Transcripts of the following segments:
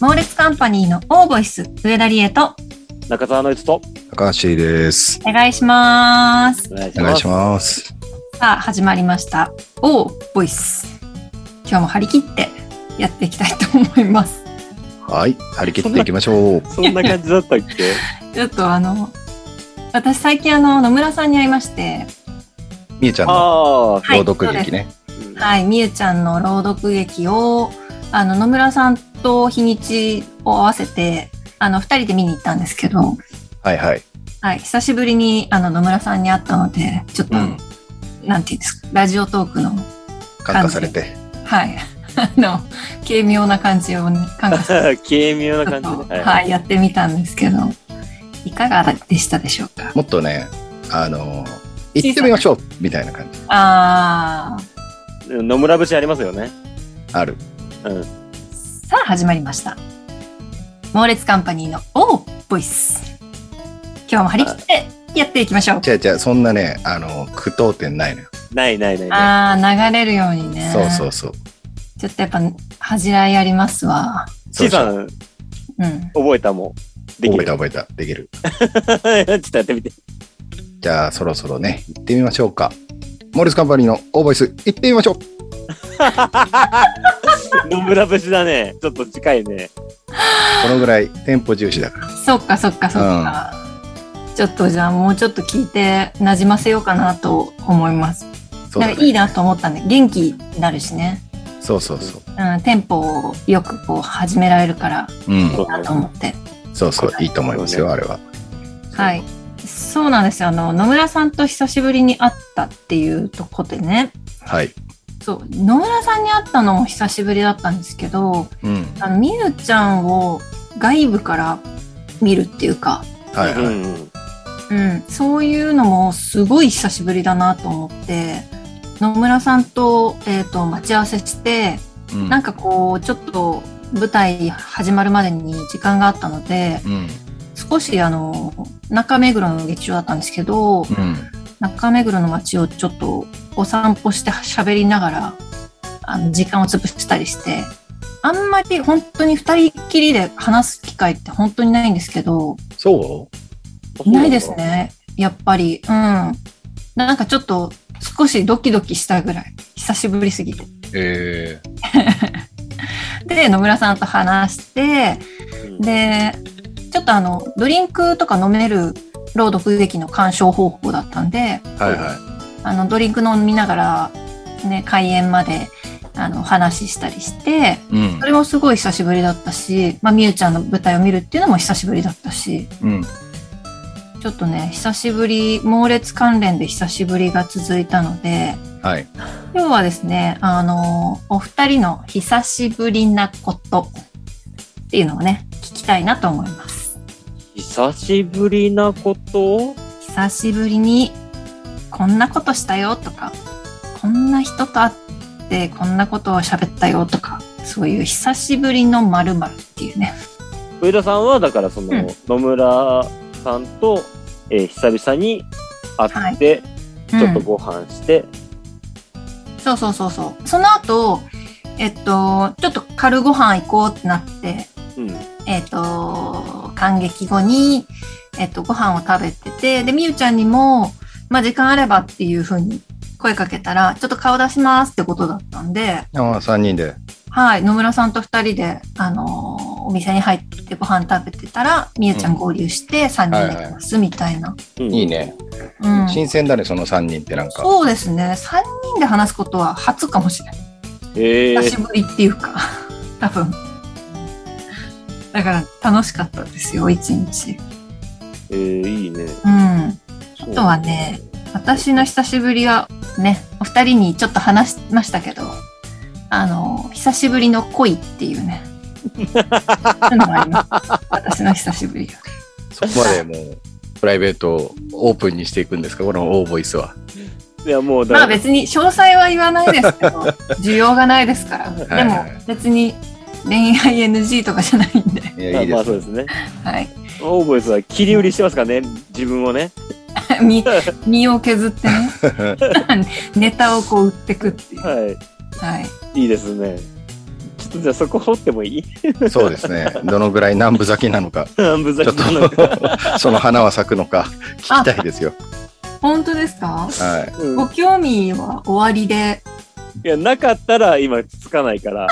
猛烈カンパニーのオーボイス、上田理恵と中澤のいつと高橋です。お願いします。お願いしお願まいすし。ます。さあ、始まりました。オーボイス。今日も張り切ってやっていきたいと思います。はい、張り切っていきましょう。そんな感じだったっ けちょっとあの、私最近あの、野村さんに会いまして、みえちゃんのああ、はい朗読劇ね。はい、みゆちゃんの朗読劇を、あの、野村さんと日にちを合わせて、あの、二人で見に行ったんですけど、はいはい。はい、久しぶりにあの野村さんに会ったので、ちょっと、うんなんていうんですか、ラジオトークの、感化されて。はい、あの、軽妙な感じをね、感覚軽妙な感じと、で。はい、やってみたんですけど、いかがでしたでしょうかもっとね、あのー、行ってみましょうみたいな感じ。あー、い。野村節ありますよね。ある。うん。さあ始まりました。猛烈カンパニーのオーボイス。今日も張り切ってやっていきましょう。違う違う、そんなね、あのー、苦闘点ないのよ。ないないないない。あー、流れるようにね。そうそうそう。ちょっとやっぱ恥じらいありますわ。ちいさそん、うん。覚えたもん。でき覚る。えた覚えた。できる。 ちょっとやってみて。じゃあ、そろそろね、行ってみましょうか。モーリスカンパニーのオーボイス、行ってみましょう。野村節だね。ちょっと近いね。このぐらいテンポ重視だから。そっかそっかそっか。ちょっとじゃあもうちょっと聞いて馴染ませようかなと思います。そうなんだかいいね。なと思ったんで、元気になるしね。そうそうそう。うん、テンポをよくこう始められるからうん。そうなと思って。そうそう。いいと思いますよ、あれは。はい。そうなんですよ。あの、野村さんと久しぶりに会ったっていうとこでね。はい。そう、野村さんに会ったのも久しぶりだったんですけど、うん。あの、みゆちゃんを外部から見るっていうか、はいはい。うんうんうん、そういうのもすごい久しぶりだなと思って、野村さんと、えっ、と、待ち合わせして、うんなんかこう、ちょっと舞台始まるまでに時間があったので、うん。少しあの、中目黒の劇場だったんですけど、うん。中目黒の街をちょっとお散歩して喋りながらあの時間を潰したりしてあんまり本当に二人っきりで話す機会って本当にないんですけどそううんないです。ねやっぱりうんなんかちょっと少しドキドキしたぐらい久しぶりすぎてええで野村さんと話してうんでちょっとあのドリンクとか飲める朗読劇の鑑賞方法だったんではいはい。あのドリンク飲みながら、ね、開演まであの話したりしてうんそれもすごい久しぶりだったし、まあ、みゆちゃんの舞台を見るっていうのも久しぶりだったしうん。ちょっとね久しぶり猛烈関連で久しぶりが続いたのではい。今日はですねあのお二人の久しぶりなことっていうのをね聞きたいなと思います。久しぶりなこと久しぶりにこんなことしたよとかこんな人と会ってこんなことを喋ったよとかそういう久しぶりのまるっていうね上田さんは、だからその、うん野村さんと、えー久々に会って、ちょっとご飯して、うん、そうそうそうそうその後えっとちょっと軽ご飯行こうってなってうん。えっと感激後に、えっと、ご飯を食べててでみゆちゃんにも、まあ、時間あればっていうふうに声かけたらちょっと顔出しますってことだったんでああ、三人で。はい、野村さんと2人で、あのーお店に入ってご飯食べてたらみゆちゃん合流して3人で来ますみたいな、うんいい。ね。うん新鮮だね、その三人ってなんか。そうですね3人で話すことは初かもしれないえ久しー、ぶりっていうか多分だから楽しかったですよ一日えー、いいね。うんあとはね、私の久しぶりはねお二人にちょっと話しましたけどあのー久しぶりの恋っていうね そういうのがあります私の久しぶり がそこまでもう、プライベートをオープンにしていくんですか、このオーボイスは。いや、もうだまかあら、別に詳細は言わないですけど 需要がないですからではいも別に恋愛 NG とかじゃないんで、いや、いいまであそうす。ですね。はい、オーボイスは切り売りしてますからね、自分をね。身身を削ってね ネタをこう売ってくっていう、ははい、い。いいですね。ちっとじゃあそこ掘ってもい いそうですね。どのぐらい南部咲きなの か、南部ちょ咲っきなのか。と その花は咲くのか聞きたいですよ。本当ですかはい。うんご興味は終わりで。いや、なかったら今つかないから。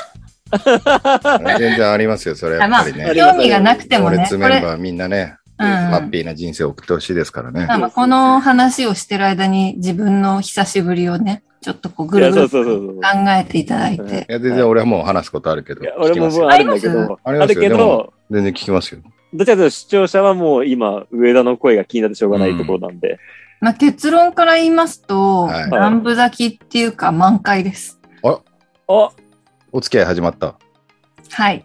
全然ありますよ、それあやっまあ、ぱりね。興味がなくても猛ね、こ烈メンれ、バーみんなね、うんハッピーな人生を送ってほしいですからね。まあまあこの話をしてる間に自分の久しぶりをね、ちょっとこうぐいるや、ぐそうるそうそ考うそう。えていただいうんて。いや、全然俺はもう話すことあるけど。いや俺も聞きますもうよあるんだけど、ありあまするけよでども、全然聞きますよ。どちらかというと視聴者はもう今、上田の声が気になってしょうがないところなんで。まあ、結論から言いますと、はい南部咲きっていうか満開です。あお付き合い始まった。はい。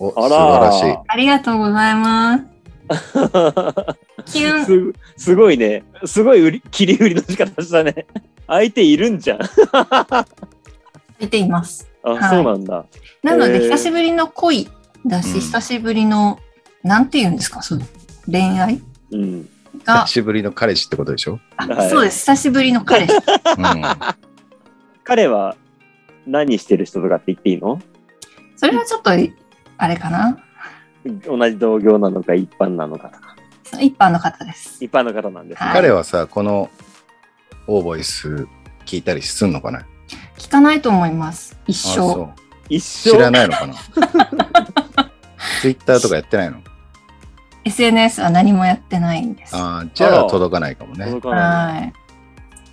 お、素あ晴ららしい。ありがとうございます。 キュン。すすごいね。すごい売り切り売りの仕方したね。 相手いるんじゃん。見ています。あ、はいそうなんだ。なのへで、ー久しぶりの恋だし、うん久しぶりの、なんて言うんですか、そう恋愛うん。が久、しぶりの彼氏ってことでしょ、あはいそうです、久しぶりの彼氏。うん、あ彼は何してる人とかって言っていいのそれはちょっと、あれかな。同じ同業なのか一般なのかとか。一般の方です。一般の方なんです、ね。はい彼はさ、このオーボイス聞いたりすんのかな聞かないと思います。一あ生。そう一知生らないのかなツイッターとかやってないの SNS は何もやってないんです。は。ああ、じゃああら届かないかもね。届かない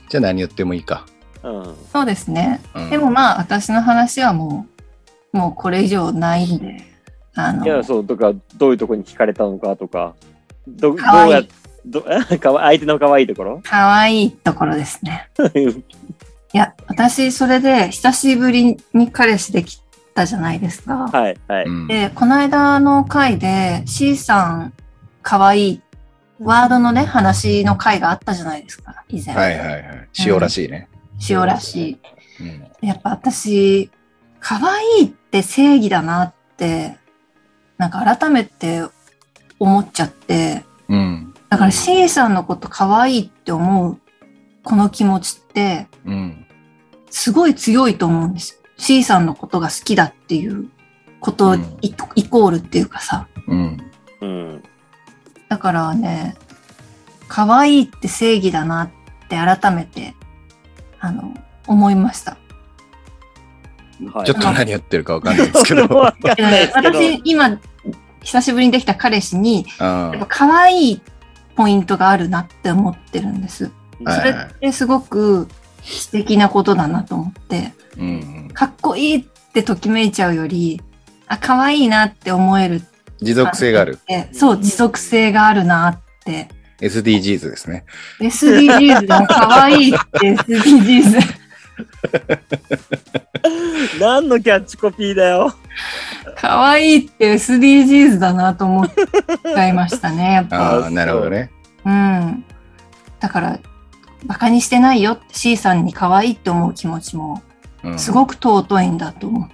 じゃあ何言ってもいいか。い。うん。そうですね。うんでもまあ、私の話はもう、もうこれ以上ないんで、あのい、や、そう、とか、どういうとこに惹かれたのかとか、どかわいいどうやど かわ相手の可愛いところ 可愛いところですね。いや、私、それで、久しぶりに彼氏できたじゃないですか。はい、はい。うんで、この間の回で、C さん、可愛いワードのね、話の回があったじゃないですか、以前。はいはいはい。塩らしいね。塩らしうい。んやっぱ私、可愛いって正義だなって、なんか改めて思っちゃって、うん。だから C さんのこと可愛いって思う、この気持ちって、うん。すごい強いと思うんですよ。C さんのことが好きだっていうことうんイ,、コールっていうかさ。うん。うん。だからね、可愛いって正義だなって改めて、あの、思いました。はい、ちょっと何言ってるかわかんな いですけど。わかんないですけど。私、今、久しぶりにできた彼氏に、うんやっぱ可愛いポイントがあるなって思ってるんです。はいそれってすごく素敵なことだなと思って。うんうんかっこいいってときめいちゃうより、あ、可愛いなって思えるって持続性がある。そう、持続性があるなって。 SDGs ですね。 SDGs でも可愛いって SDGs。何のキャッチコピーだよ。可愛いって SDGs だなと思っちゃいましたね、やっぱ。ああ、なるほどね。うん。だから、バカにしてないよって C さんに可愛いって思う気持ちも、うんすごく尊いんだと思っ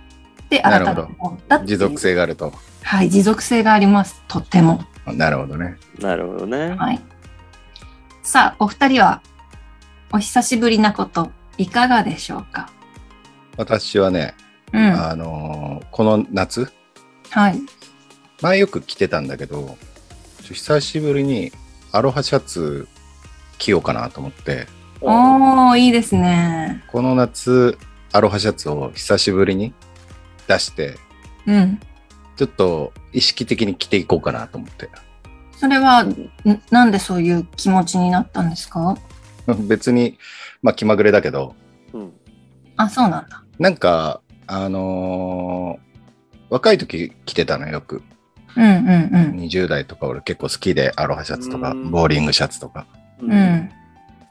て、改なるめほてど思ったってい持う続。性があると。はい、持続性があります。とっても。なるほどね。なるほどね。はい。さあ、お二人は、お久しぶりなこと、いかがでしょうか私はね、うん。はあのーこの夏、い。前よく着てたんだけど、ちょ久しぶりにアロハシャツ着ようかなと思って、うんおー、いいですね。この夏、アロハシャツを久しぶりに出して、うん。ちょっと意識的に着ていこうかなと思って。 それは、んなんでそういう気持ちになったんですか別に、まあ気まぐれだけど、うんあ、そうなんだ。なんか、あのー若い時着てたのよよく。うんうん20代とか俺結構好きで、アロハシャツとか、うんボーリングシャツとか。うん。うん。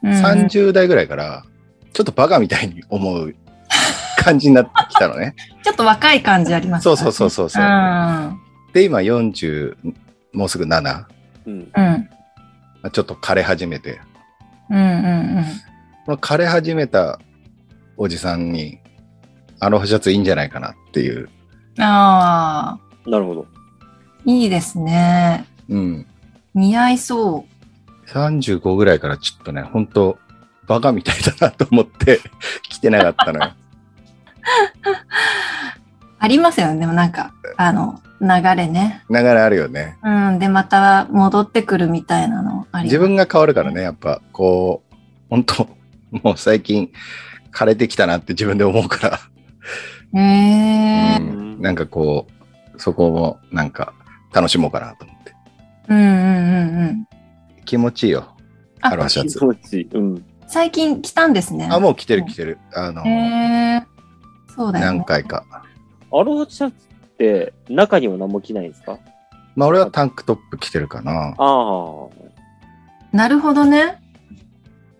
うん、 30代ぐらいから、ちょっとバカみたいに思う感じになってきたの ね。ちょっと若い感じありますそうそうそうそうそうう。ん。で、今40、もうすぐ7、まうん。うん。あちょっと枯れ始めて、うんうんこの枯れ始めたおじさんに、アロハシャツいいんじゃないかなっていう、うん。ああ、なるほど。いいですね。うん。似合いそ35ぐらいからちょっとね、本当バカみ たいだなと思って着てなかったのよ。う。ありますよね。でもなんか、あの、流れね。流れあるよね。うん。で、また戻ってくるみたいなのあり自分が変わるからね、やっぱ、こう、本当 もう最近、枯れてきたなって自分で思うかへえら、ー。うん、なんかこう、そこもなんか楽しもうかなと思って。うんうんうんうん。気持ちいいよ、あアロハシャ気ツ。持ちいい。うん。最近来たんですね。あ、もう着てる着てる。あの、へえー。そうだよね。何回か。アロハシャツって中には何も着ないんですかまあ俺はタンクトップ着てるかな。ああ。なるほどね。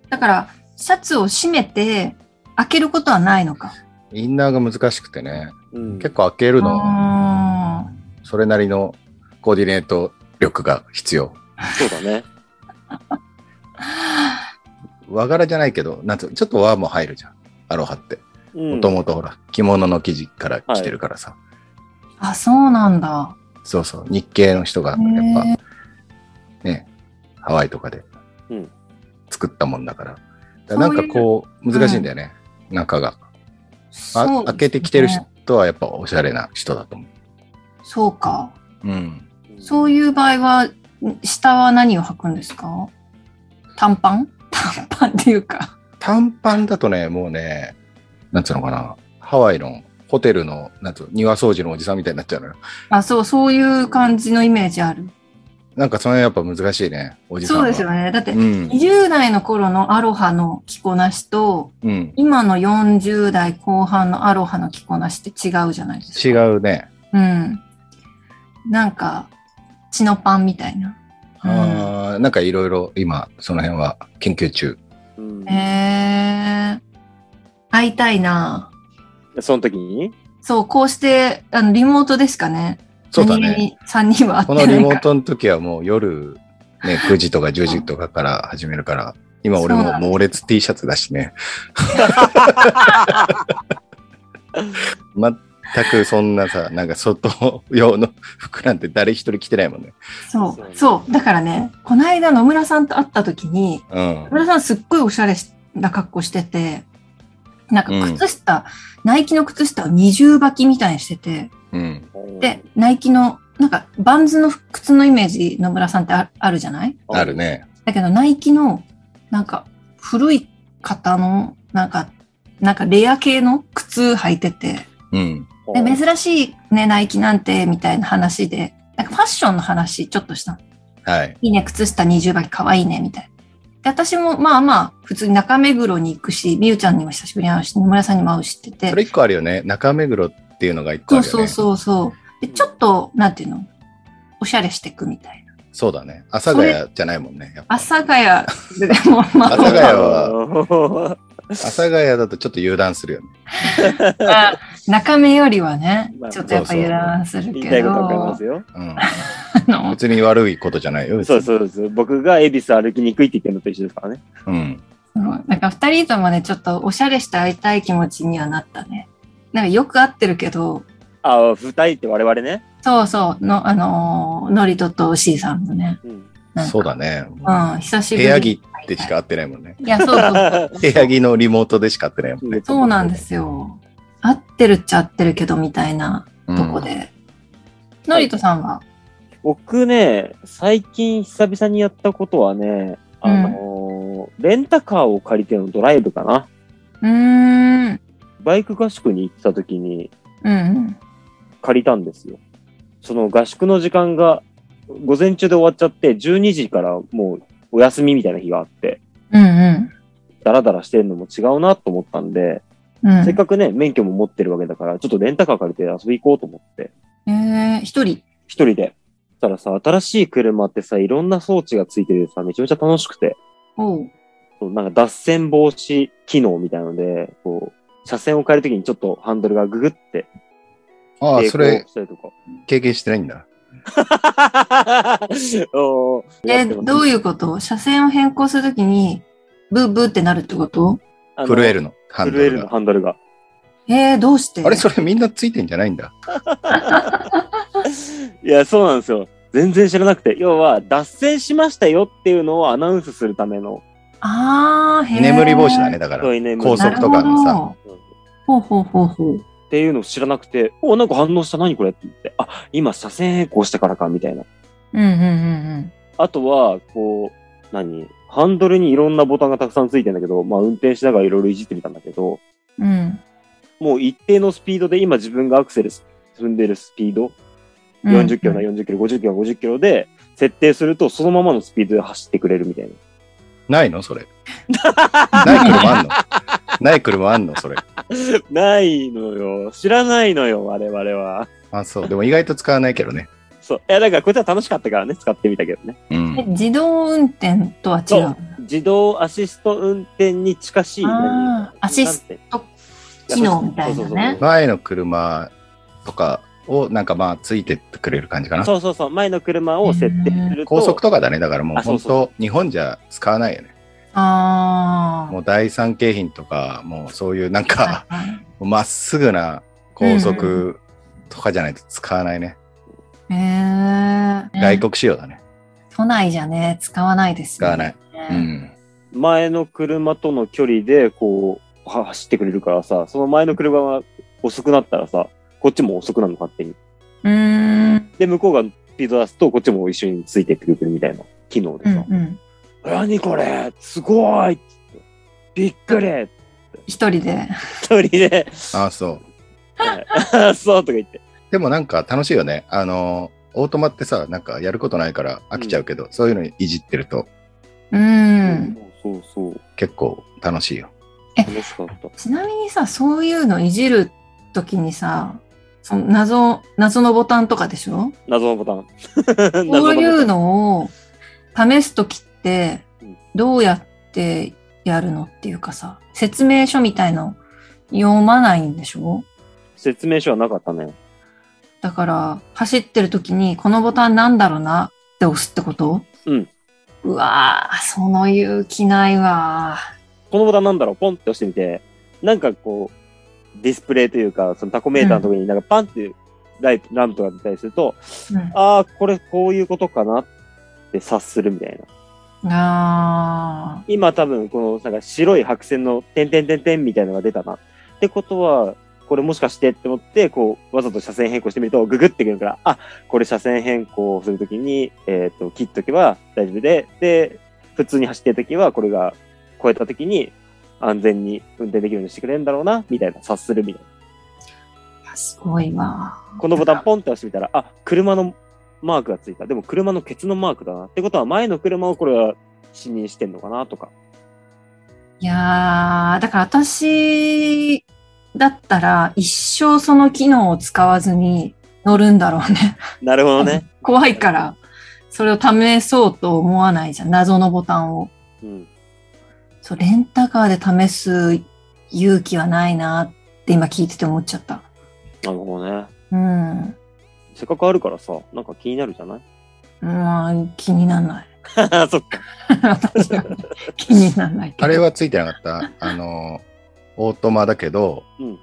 だから、シャツを閉めて、開けることはないのか。インナーが難しくてね、うん、結構開けるの、あそれなりのコーディネート力が必要。そうだね。ー和柄じゃないけど、なんつうちょっと和も入るじゃん。アロハって。うもんともとほら、着物の生地から着てるからさ。あ、そうなんだ。そうそう。日系の人が、やっぱ、へーね、ハワイとかでうん作ったもんだから。そだういからうなんかこう、難しいんだよね、中が。あそう開けてきてるですね人はやっぱおしゃれな人だと思そうか。う。うん。そういう場合は、下は何を履くんですか短パン短パンっていうか。短パンだとね、もうね、なんつうのかな、ハワイのホテルの、なんつうの庭掃除のおじさんみたいになっちゃうのよ。あ、そう、そういう感じのイメージある。なんかその辺やっぱ難しいね、おじさんそは。うですよね。だって、うん。 20代の頃のアロハの着こなしと、うん。今の40代後半のアロハの着こなしって違うじゃないですか。違うね。うん。なんか、血のパンみたいな。うんあーなんかいろいろ今、その辺は研究中。うん。へえ会いたいなその時にそう、こうして、あの、リモートですかね。そうだね。。 3人はこ会のってないから。リモートの時はもう夜、ね、9 時とか10時とかから始めるから、今俺そうなもんで猛烈 T シャツだし ね。全くそんなさ、なんか外用の服なんて誰一人着てないもんね。そう、そう。だからね、この間野村さんと会った時に、うん野。村さんすっごいおしゃれな格好してて、なんかうん靴下、ナイキの靴下を二重履きみたいにしてて、うん。で、ナイキの、なんかバンズの靴のイメージ野村さんってああるじゃないある。ね。だけど、ナイキの、なんか、古い方の、なんか、なんかレア系の靴履いてて、うん。で、珍しいね、ナイキなんて、みたいな話で、なんかファッションの話、ちょっとしたの。はい。いいね、靴下20履き可愛いね、みたいな。で、私も、まあまあ、普通に中目黒に行くし、みゆちゃんにも久しぶりに会うし、野村さんにも会うしっててそれ一個あるよね。中目黒っていうのが一そ個あうるよそうね。う。そうそう。で、ちょっと、なんていうのおしゃれしていくみたいな。そうだね。阿佐ヶ谷じゃないもんね。やっぱ阿佐ヶ谷でも、ま阿あ佐、ヶ谷は。阿佐ヶ谷だとちょっと油断するよね。まあ中目よりはねま、あちょっとやっぱ油断する 言いたけいこど、とわかりますよ。あのうん。 別に悪いことじゃないよ。別そうにそうそう。僕が恵比寿歩きにくいって言ってるのと一緒ですからね。うん。そうなんか二人ともね、ちょっとおしゃれして会いたい気持ちにはなったね。なんかよく会ってるけど、あ、二人って我々ね。そうそう、の、あのー、ノリトと C さんのね。うん。なんかそうだね。うん、久しぶ部り。屋着ってしか会ってないもんね。いや、そうそうそう。部屋着のリモートでしか会ってないもんね。そうなんで。すよ。合ってるっちゃ合ってるけど、みたいなうんとこで。ノリトさんは、僕ね、最近久々にやったことはね、あのーレンタカーを借りてのドライブかな。うーん、うんバイク合宿に行ってた時にうん、借りたんですよ。その合宿の時間が午前中で終わっちゃって、12時からもうお休みみたいな日があって、うんうん、ダラダラしてるのも違うなと思ったんで、うん。せっかくね、免許も持ってるわけだから、ちょっとレンタカー借りて遊び行こうと思って、えー、一人。一人で。そしたらさ、新しい車ってさ、いろんな装置がついててさ、めちゃめちゃ楽しくて、おう。そうなんか脱線防止機能みたいので、こう、車線を変えるときにちょっとハンドルがググって、ああ、抵抗それしたりとか。 経験してないんだ。おーやえ、ってますどういうこと車線を変更するときに、ブーブーってなるってことあの震えるの。ハンド震えルるのが。ハンドルが。えー、どうしてあれそれみんなついてんじゃないんだ。いや、そうなんですよ。全然知らなくて。要は、脱線しましたよっていうのをアナウンスするための、あー、へー眠り防止だね、だから。ういうね高な速るとほかどのさほうほうほうほう。っていうのを知らなくて、お、なんか反応した、何これって言って、あ、今車線変更したからか、みたいな。うんうんうんあとは、こう、何ハンドルにいろんなボタンがたくさんついてんだけど、まあ運転しながらいろいろいじってみたんだけど、うん。うん。もう一定のスピードで今自分がアクセル踏んでるスピード、うん40キロな40キロ、50キロな50キロで設定するとそのままのスピードで走ってくれるみたいな。ないのそれ。ない車あんのない車あんのそれ。ないのよ。知らないのよ、我々は。あ、そう。でも意外と使わないけどね。そう。いや、だからこっちは楽しかったからね、使ってみたけどね。うんえ。自動運転とは違そうう。自動アシスト運転に近しい。あーアシスト機能みたいなねそうそうそう前の車とかをなんかまあついてってくれる感じかな。そうそうそう、前の車を設定すると。高速とかだね。だからもうあそ本うそう当日本じゃ使わないよね。あもう第三京浜とか、もうそういうなんかあ。はいまっすぐな高速とかじゃないと使わないね。へえ。外国仕様だね。都内じゃね、使わないです使よわね。ない。うん。前の車との距離で、こう、は走ってくれるからさ、その前の車が遅くなったらさ、こっちも遅くなるの、勝手に。うーん。で、向こうがスピード出すと、こっちも一緒についてってくれるみたいな機能でうんさ。うん。何これすごいびっくり一人で。一人で、あ、そう。そうとか言って。でもなんか楽しいよね。あの、オートマってさ、なんかやることないから飽きちゃうけど、そういうのいじってるとうん。そうそう。結構楽しいよ。楽しかった。ちなみにさ、そういうのいじるときにさ、その謎、謎のボタンとかでしょ謎のボタン。こう いうののを試すときってうん、どうやってやるのっていうかさ、説明書みたいの読まないんでしょ説明書はなかったね。だから、走ってるときに、このボタンなんだろうなって押すってことうん。うわぁ、その勇気ないわこのボタンなんだろうポンって押してみて、なんかこう、ディスプレイというか、そのタコメーターのところになんかパンってライト、ランプが出たりすると、ぁ。ああ、これこういうことかなって察するみたいな。うん、あ今多分このなんか白い白線の点点点点みたいなのが出たな。ってことは、これもしかしてって思って、こう、わざと車線変更してみると、ググってくるから、あ、これ車線変更するときに、えっ、と、切っとけば大丈夫で、で、普通に走ってるときは、これが超えたときに、安全に運転できるようにしてくれるんだろうな、みたいな、察するみたいー、すごいわな。このボタンポンって押してみたら、あ、車のマークがついた。でも車のケツのマークだな。ってことは、前の車をこれは視認してんのかな、とか。いやー、だから私だったら一生その機能を使わずに乗るんだろうね。なるほどね。怖いから、それを試そうと思わないじゃん。謎のボタンを。うん。そう、レンタカーで試す勇気はないなって今聞いてて思っちゃった。なるほどね。うん。せっかくあるからさ、なんか気になるじゃないまあ、気にならない。 あ そっか。私は気にならないけど。あれはついてな かった。あの、オートマだけど、うん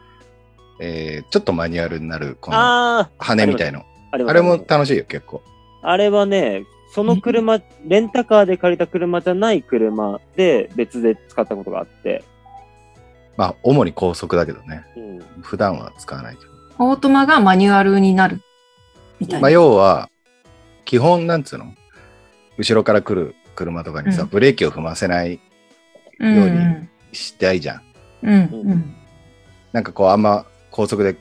えーちょっとマニュアルになる、このあ羽みたいの。あ、あれあれも楽しいよ、結構。あれはね、その車、レンタカーで借りた車じゃない車で別で使ったことがあって、まあ、主に高速だけどね。うん、普段は使わないけど。オートマがマニュアルになる。みたいまあ、な。要は、基本、なんつうの後ろから来る車とかにさ、うんブレーキを踏ませないうんようにしたいじゃん。うん。うん。うんなんかこう、あんま高速で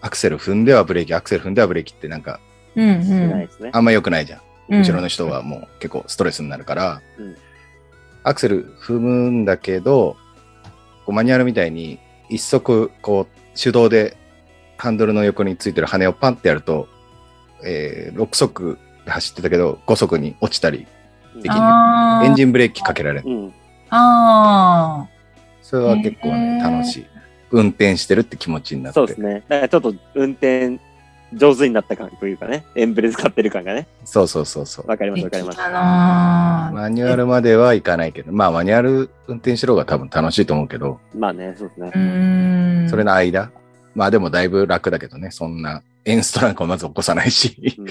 アクセル踏んではブレーキ、アクセル踏んではブレーキってなんか、うんしうないん。ですね。あんま良くないじゃん。うん後ろの人はもう結構ストレスになるから、うんアクセル踏むんだけど、こうマニュアルみたいに一足こう手動でハンドルの横についてる羽をパンってやると、え6速で走ってたけど5速に落ちたり、うんできるあーエンジンブレーキかけられる。うん。あそれは結構ね、へー楽しい。運転してるって気持ちになって。そうですね。だからちょっと運転上手になった感というかね、エンブレ使ってる感がね、そうそうそうそう。わかりあ、ますでわかりきます。たなマニュアルまではいかないけど、まあマニュアル運転しろが多分楽しいと思うけど、まあね、そうですねぁ。う。ーん。それの間、まあでもだいぶ楽だけどね、そんなエンストなんかをまず起こさないし、 うん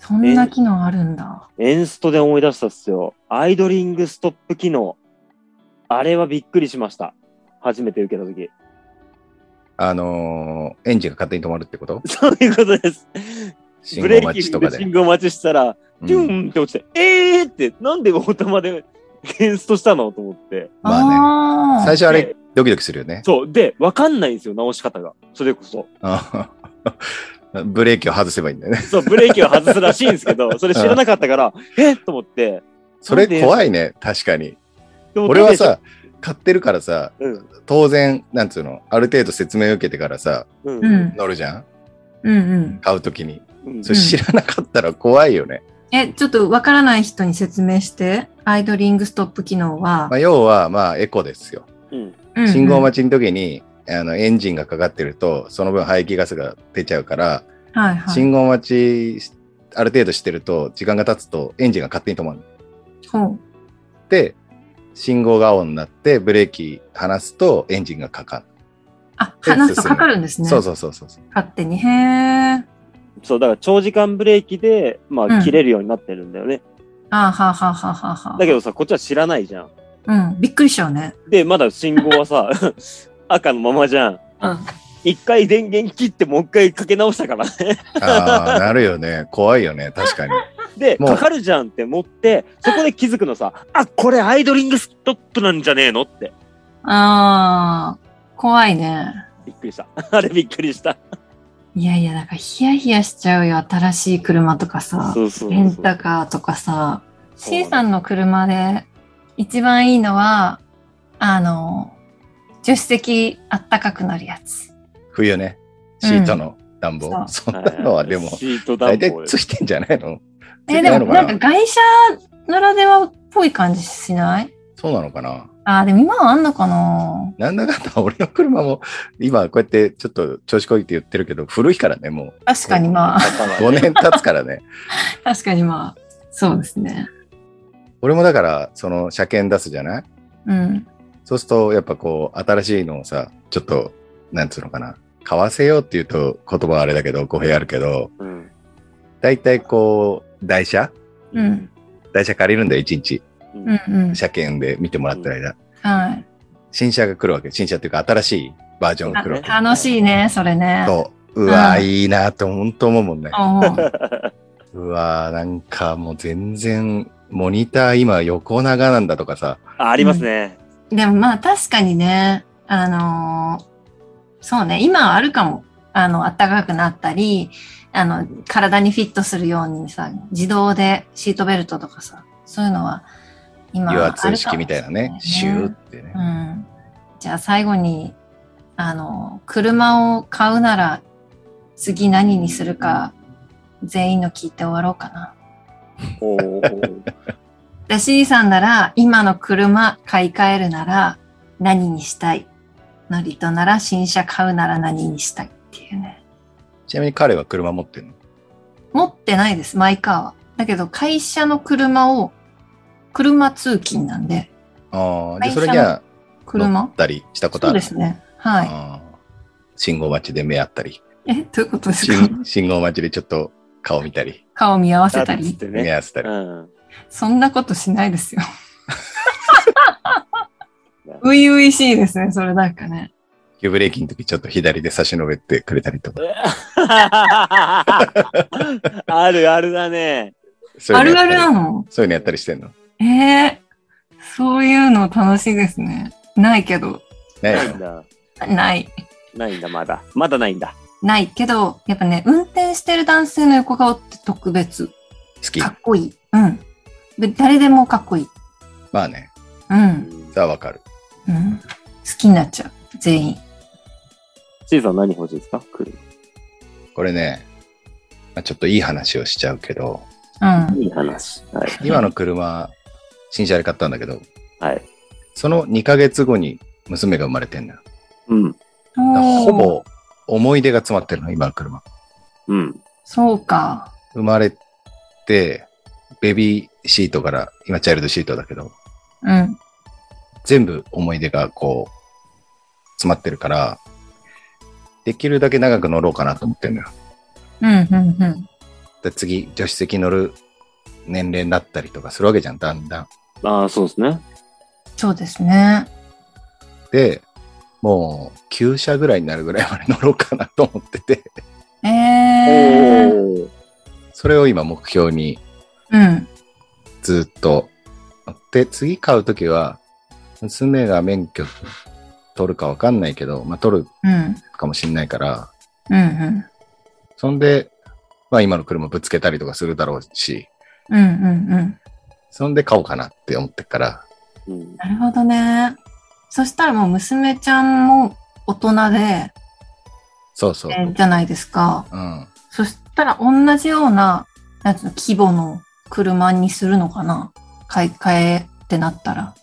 そんな機能あるんだ。エンストで思い出したっすよ。アイドリングストップ機能。あれはびっくりしました。初めて受けたとき。あのーエンジンが勝手に止まるってこ とそういうことです。信ブレー号待キちとかでで。信号待ちしたら、うんピュンって落ちて、えーって、なんでオタマで ゲンストしたのと思って。まあね。あー最初あれ、ドキドキするよね。そう。で、わかんないんですよ、直し方が。それこそ。あー ブレーキを外せばいいんだ よね。そう、ブレーキを外すらしいんですけ ど、それ知らなかったから、えっと思って。それ怖いね、確かに。でも俺は、さ、買ってるからさ、うん、当然、なんつうの、ある程度説明を受けてからさ、うん、ううんん乗るじゃんうんうん。買うときに。うんそれ知らなかったら怖いよね。え、ちょっとわからない人に説明して、アイドリングストップ機能はまあ、、要は、まあ、エコですよ。うんうんうん信号待ちの時に、あのエンジンがかかってると、その分排気ガスが出ちゃうから、はいはい。信号待ちしある程度してると、時間が経つとエンジンが勝手に止まる。ほうで、信号が青になって、ブレーキ離すとエンジンがかかる。あ、話すとかかるんですね。そうそうそうそう。勝手に。へー。そう、だから長時間ブレーキで、まうあ、ん切れるようになってるんだよね。あーはあはあはあはあはあだけどさ、こっちは知らないじゃん。うん。びっくりしちゃうね。で、まだ信号はさ、 赤のままじゃん。うん。一回電源切って、もう一回かけ直したからね。ああ、なるよね。怖いよね。確かに。で、もうかかるじゃんって持って、そこで気づくのさ、あ、これアイドリングストップなんじゃねえのって。ああ、怖いね。びっくりした。 あれびっくりした。いやいや、なんかヒヤヒヤしちゃうよ。新しい車とかさ、そうそうそうレンタカーとかさ。そうな C のさんの車で一番いいのは、あの、助手席あったかくなるやつ。冬ね。シートの暖房。うんそんなのはでも、シート暖大体房ついてんじゃないのえ、でなものなかんかな外車ならではっぽい感じしないそうなのかなあー、でも今はあんのかななんだかんだ俺の車も今こうやってちょっと調子こいて言ってるけど古いからねも確かにまあ、 う5年経つからね確かにまあ、そうですね。俺もだからその車検出すじゃないうん。そうするとやっぱこう新しいのをさちょっとなんつうのかな買わせようっていうと言葉はあれだけど語弊あるけどうん。大体こう台車うん。台車借りるんだよ1日うんうん。車検で見てもらってる間、はい。新車が来るわけ新車っていうか新しいバージョンが来るわけ楽しいね、それね。そううわうーんいいなと本当思うもんね思う。うわーなんかもう全然モニター今横長なんだとかさ あ、ありますね。でもまあ確かにね、あのーそうね、今はあるかも。あの、暖かくなったり、あの、体にフィットするようにさ、自動でシートベルトとかさ、そういうのは今油はあるか圧も式みたいなねしシれュなーいっねてね、うん。じゃあ最後に、あの、車を買うなら、次何にするか、全員の聞いて終わろうかな。おーおーで、C さんなら、今の車買い替えるなら何にしたいのりとなら新車買うなら何にしたいっていうね。ちなみに彼は車持ってるの持ってないです、マイカーは。だけど、会社の車を、車通勤なんで、ああで会そ社のれには乗車ったりしたことそあうるですね。はい。あー信号待ちで目合っ たりえ、どういうことですか信信号待ちでちょっと顔見たり顔見合わせたなんつっり。て目ね。合わせたうりん。 そんなことしないです よ。初々しいですね、それなんかね。急ブレーキの時ちょっと左で差し伸べてくれたりとかあるあるだね。そういあうのるやあったるなりのそういうのやったりしてんのえー、そういうの楽しいですね。ないけど。なないいのんいだ。ない。ないんだ、まだ。まだないんだ。ないけど、やっぱね、運転してる男性の横顔って特別。好きかっこいい。うん。で誰でもかっこいい。まあねうん。さあわかるうん。好きになっちゃう。全員。 C さん何欲しいですか車。これね、まあ、ちょっといい話をしちゃうけどうん。いい話。はい。今の車、新車で買ったんだけど、はい。その2ヶ月後に娘が生まれてんだよ。うん。だからおーほ。ぼ思い出が詰まってるの、今の車。うん。そうか。生まれて、ベビーシートから、今チャイルドシートだけど、うん。全部思い出がこう、詰まってるから、できるだけ長く乗ろうかなと思ってんだよ。うん、うん、うん。で次、助手席乗る年齢になったりとかするわけじゃん、だんだん。ああ、そうですね。そうですね。で、もう9社ぐらいになるぐらいまで 乗ろうかなと思ってて、ええー。おーそれを今目標にうん。ずっと。で、次買うときは、娘が免許取るかわかんないけど、まあ取るうん。かもしんないから、うん。そんで、まあ今の車ぶつけたりとかするだろうし、うん。うん。うん。うん。そんで買おうかなって思ってっから、うんなるほどね。そしたらもう娘ちゃんも大人で、そうそう。えーじゃないですか。うん。そしたら同じような、なんつうの、規模の車にするのかな買い替えってなったら。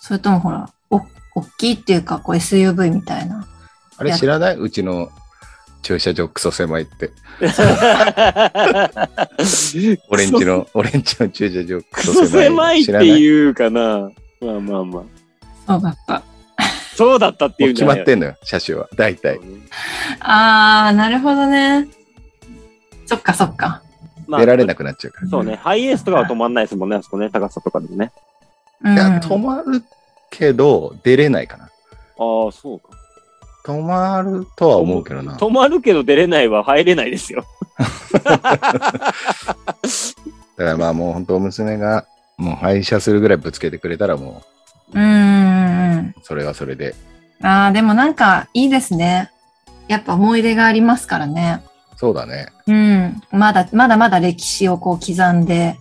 それともほら、お、大きいっていうか、こう SUV みたいな。あれ知らないうちの駐車場クソ狭いって。俺んちの、俺んちの駐車場ククソソ狭い。狭いっ知てらない。いうかな。まあまあまあ。そうだった。そうだったっていもううんじ決ゃまないってんのよ、車種は。大体。あー、なるほどね。そっかそっか。まあ出られなくなっちゃうから。そうね。ハイエースとかは止まんないですもんね、あそこね。高さとかでもね。うん、いや、止まるけど、出れないかな。ああ、そうか。止まるとは思うけどな。止まるけど出れないは入れないですよ。だからまあもう本当娘がもう廃車するぐらいぶつけてくれたらもうんうんうんうそれはそれで。あーでもなんかいいですね。やっぱ思い出がありますからね。そうだね。うん。まだ、まだまだ歴史をこう刻んで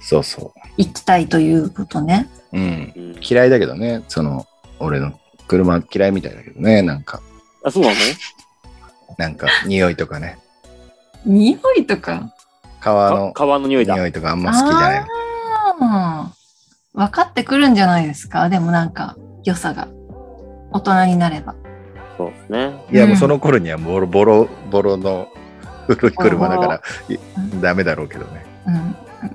そうそいきたいということね。う。うん。うん嫌いだけどね、その俺の車嫌いみたいだけどね、なんか、あ、そうなのなんか匂いとかね、匂いとか。革あの川の匂いだ。匂いとかあんま好きじゃない。あー分かってくるんじゃないですか。でもなんか良さが。大人になれば。そうですね。ーいやもううんその頃にはボロボロボロの古い車だからいうんダメだろうけどね。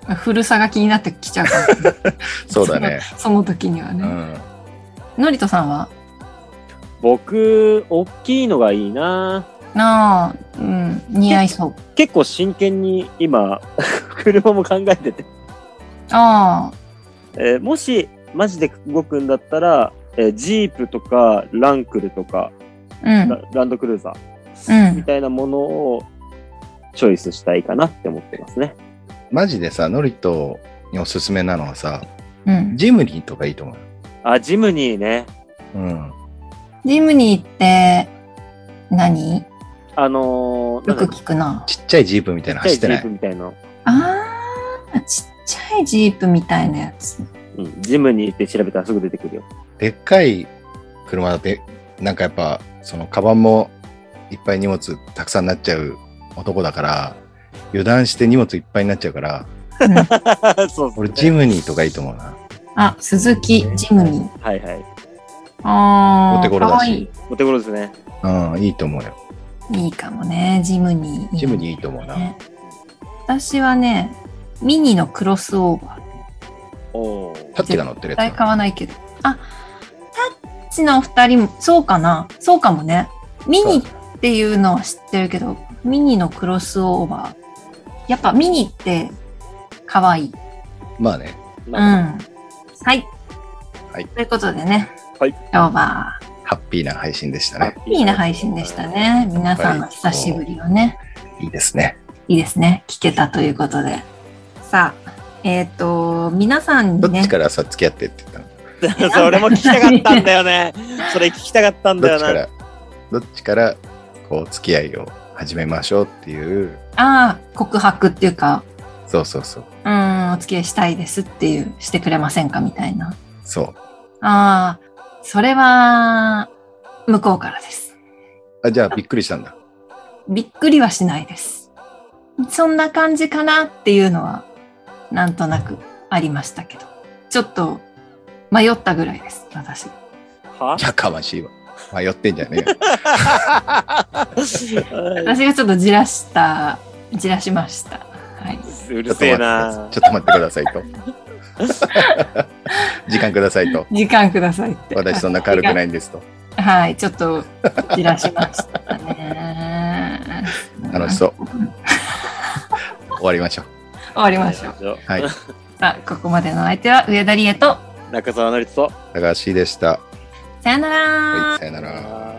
うん。古さが気になってきちゃうかもしれない そうだね。 その時にはうね。ん。のりとさんは僕、大きいのがいいな。なあ、うん、似合いそう。結構真剣に今、 車も考えてて、あえーもし、マジで動くんだったら、えージープとか、ランクルとか、あ、うん。ラランドクルーザうーんみたいなものをチョイスしたいかなって思ってますね。マジでさ、ノリトにおすすめなのはさ、うん。ジムニーとかいいと思う。あ、ジムニーね。うん。ジムニーって何、あのー、よなんくか聞くな。ちっちゃいジープみたいなのち走っっちてゃいなジープい。みたいな。あー、ちっちゃいジープみたいなやつ。うん、ジムニーって調べたらすぐ出てくるよ。 でっかい車だって、なんかやっぱ、その、カバンもいっぱい荷物たくさんなっちゃう男だから、油断して荷物いっぱいになっちゃうから、 うんそう俺、ジムムニーとかいいと思うな。あ、鈴木ジムニー。はいはい。あー、お手頃かだわいしい。。お手頃ですね。うん、いいと思うよ。いいかもね、ジムニー。ジムニーいいと思うな。ね私はね、ミニのクロスオーバー。おータッチが乗ってる絶対やつ買わないけど。あ、タッチのお二人も、そうかな。そうかもね。ミニっていうのは知ってるけど、ミニのクロスオーバー。やっぱミニって可愛い。まあね、うん。なんかはい。はいということでね。はい今日は、ハッピーな配信でしたね。いいな配信でした。ね。皆さんの久しぶりをね、いいですね。いいですね。聞けたということで。さあ、えっ、と、皆さんどにっちね、からさ、付き合ってって言った のそれも聞きたかったんだよね。それ聞きたかったんだどよっちかな。ら、どっちから、こう、付き合いを始めましょうっていう、ああ、告白っていうか、そうそうそう、うん、お付き合いしたいですっていう、してくれませんかみたいな。そう。ああ、それは、向こうからです。あ、じゃあ、びっくりしたんだ。びっくりはしないです。そんな感じかなっていうのは、なんとなくありましたけど。ちょっと、迷ったぐらいです、私。は やかましいわ。迷ってんじゃねえよ。私がちょっとじらした、じらしました。はい。うちるょっとせえ待なって、ちょっと待ってください と。時間くださいと。時間くださいって。私そんな軽くないんですと。。はい、ちょっと、じらしましたね楽しそう。 終わりましょう。終わりましょう。ょう。はい。さあ、ここまでのお相手は上田理恵と、中澤のりと。高橋でした。さよならはい、さよなら。ら、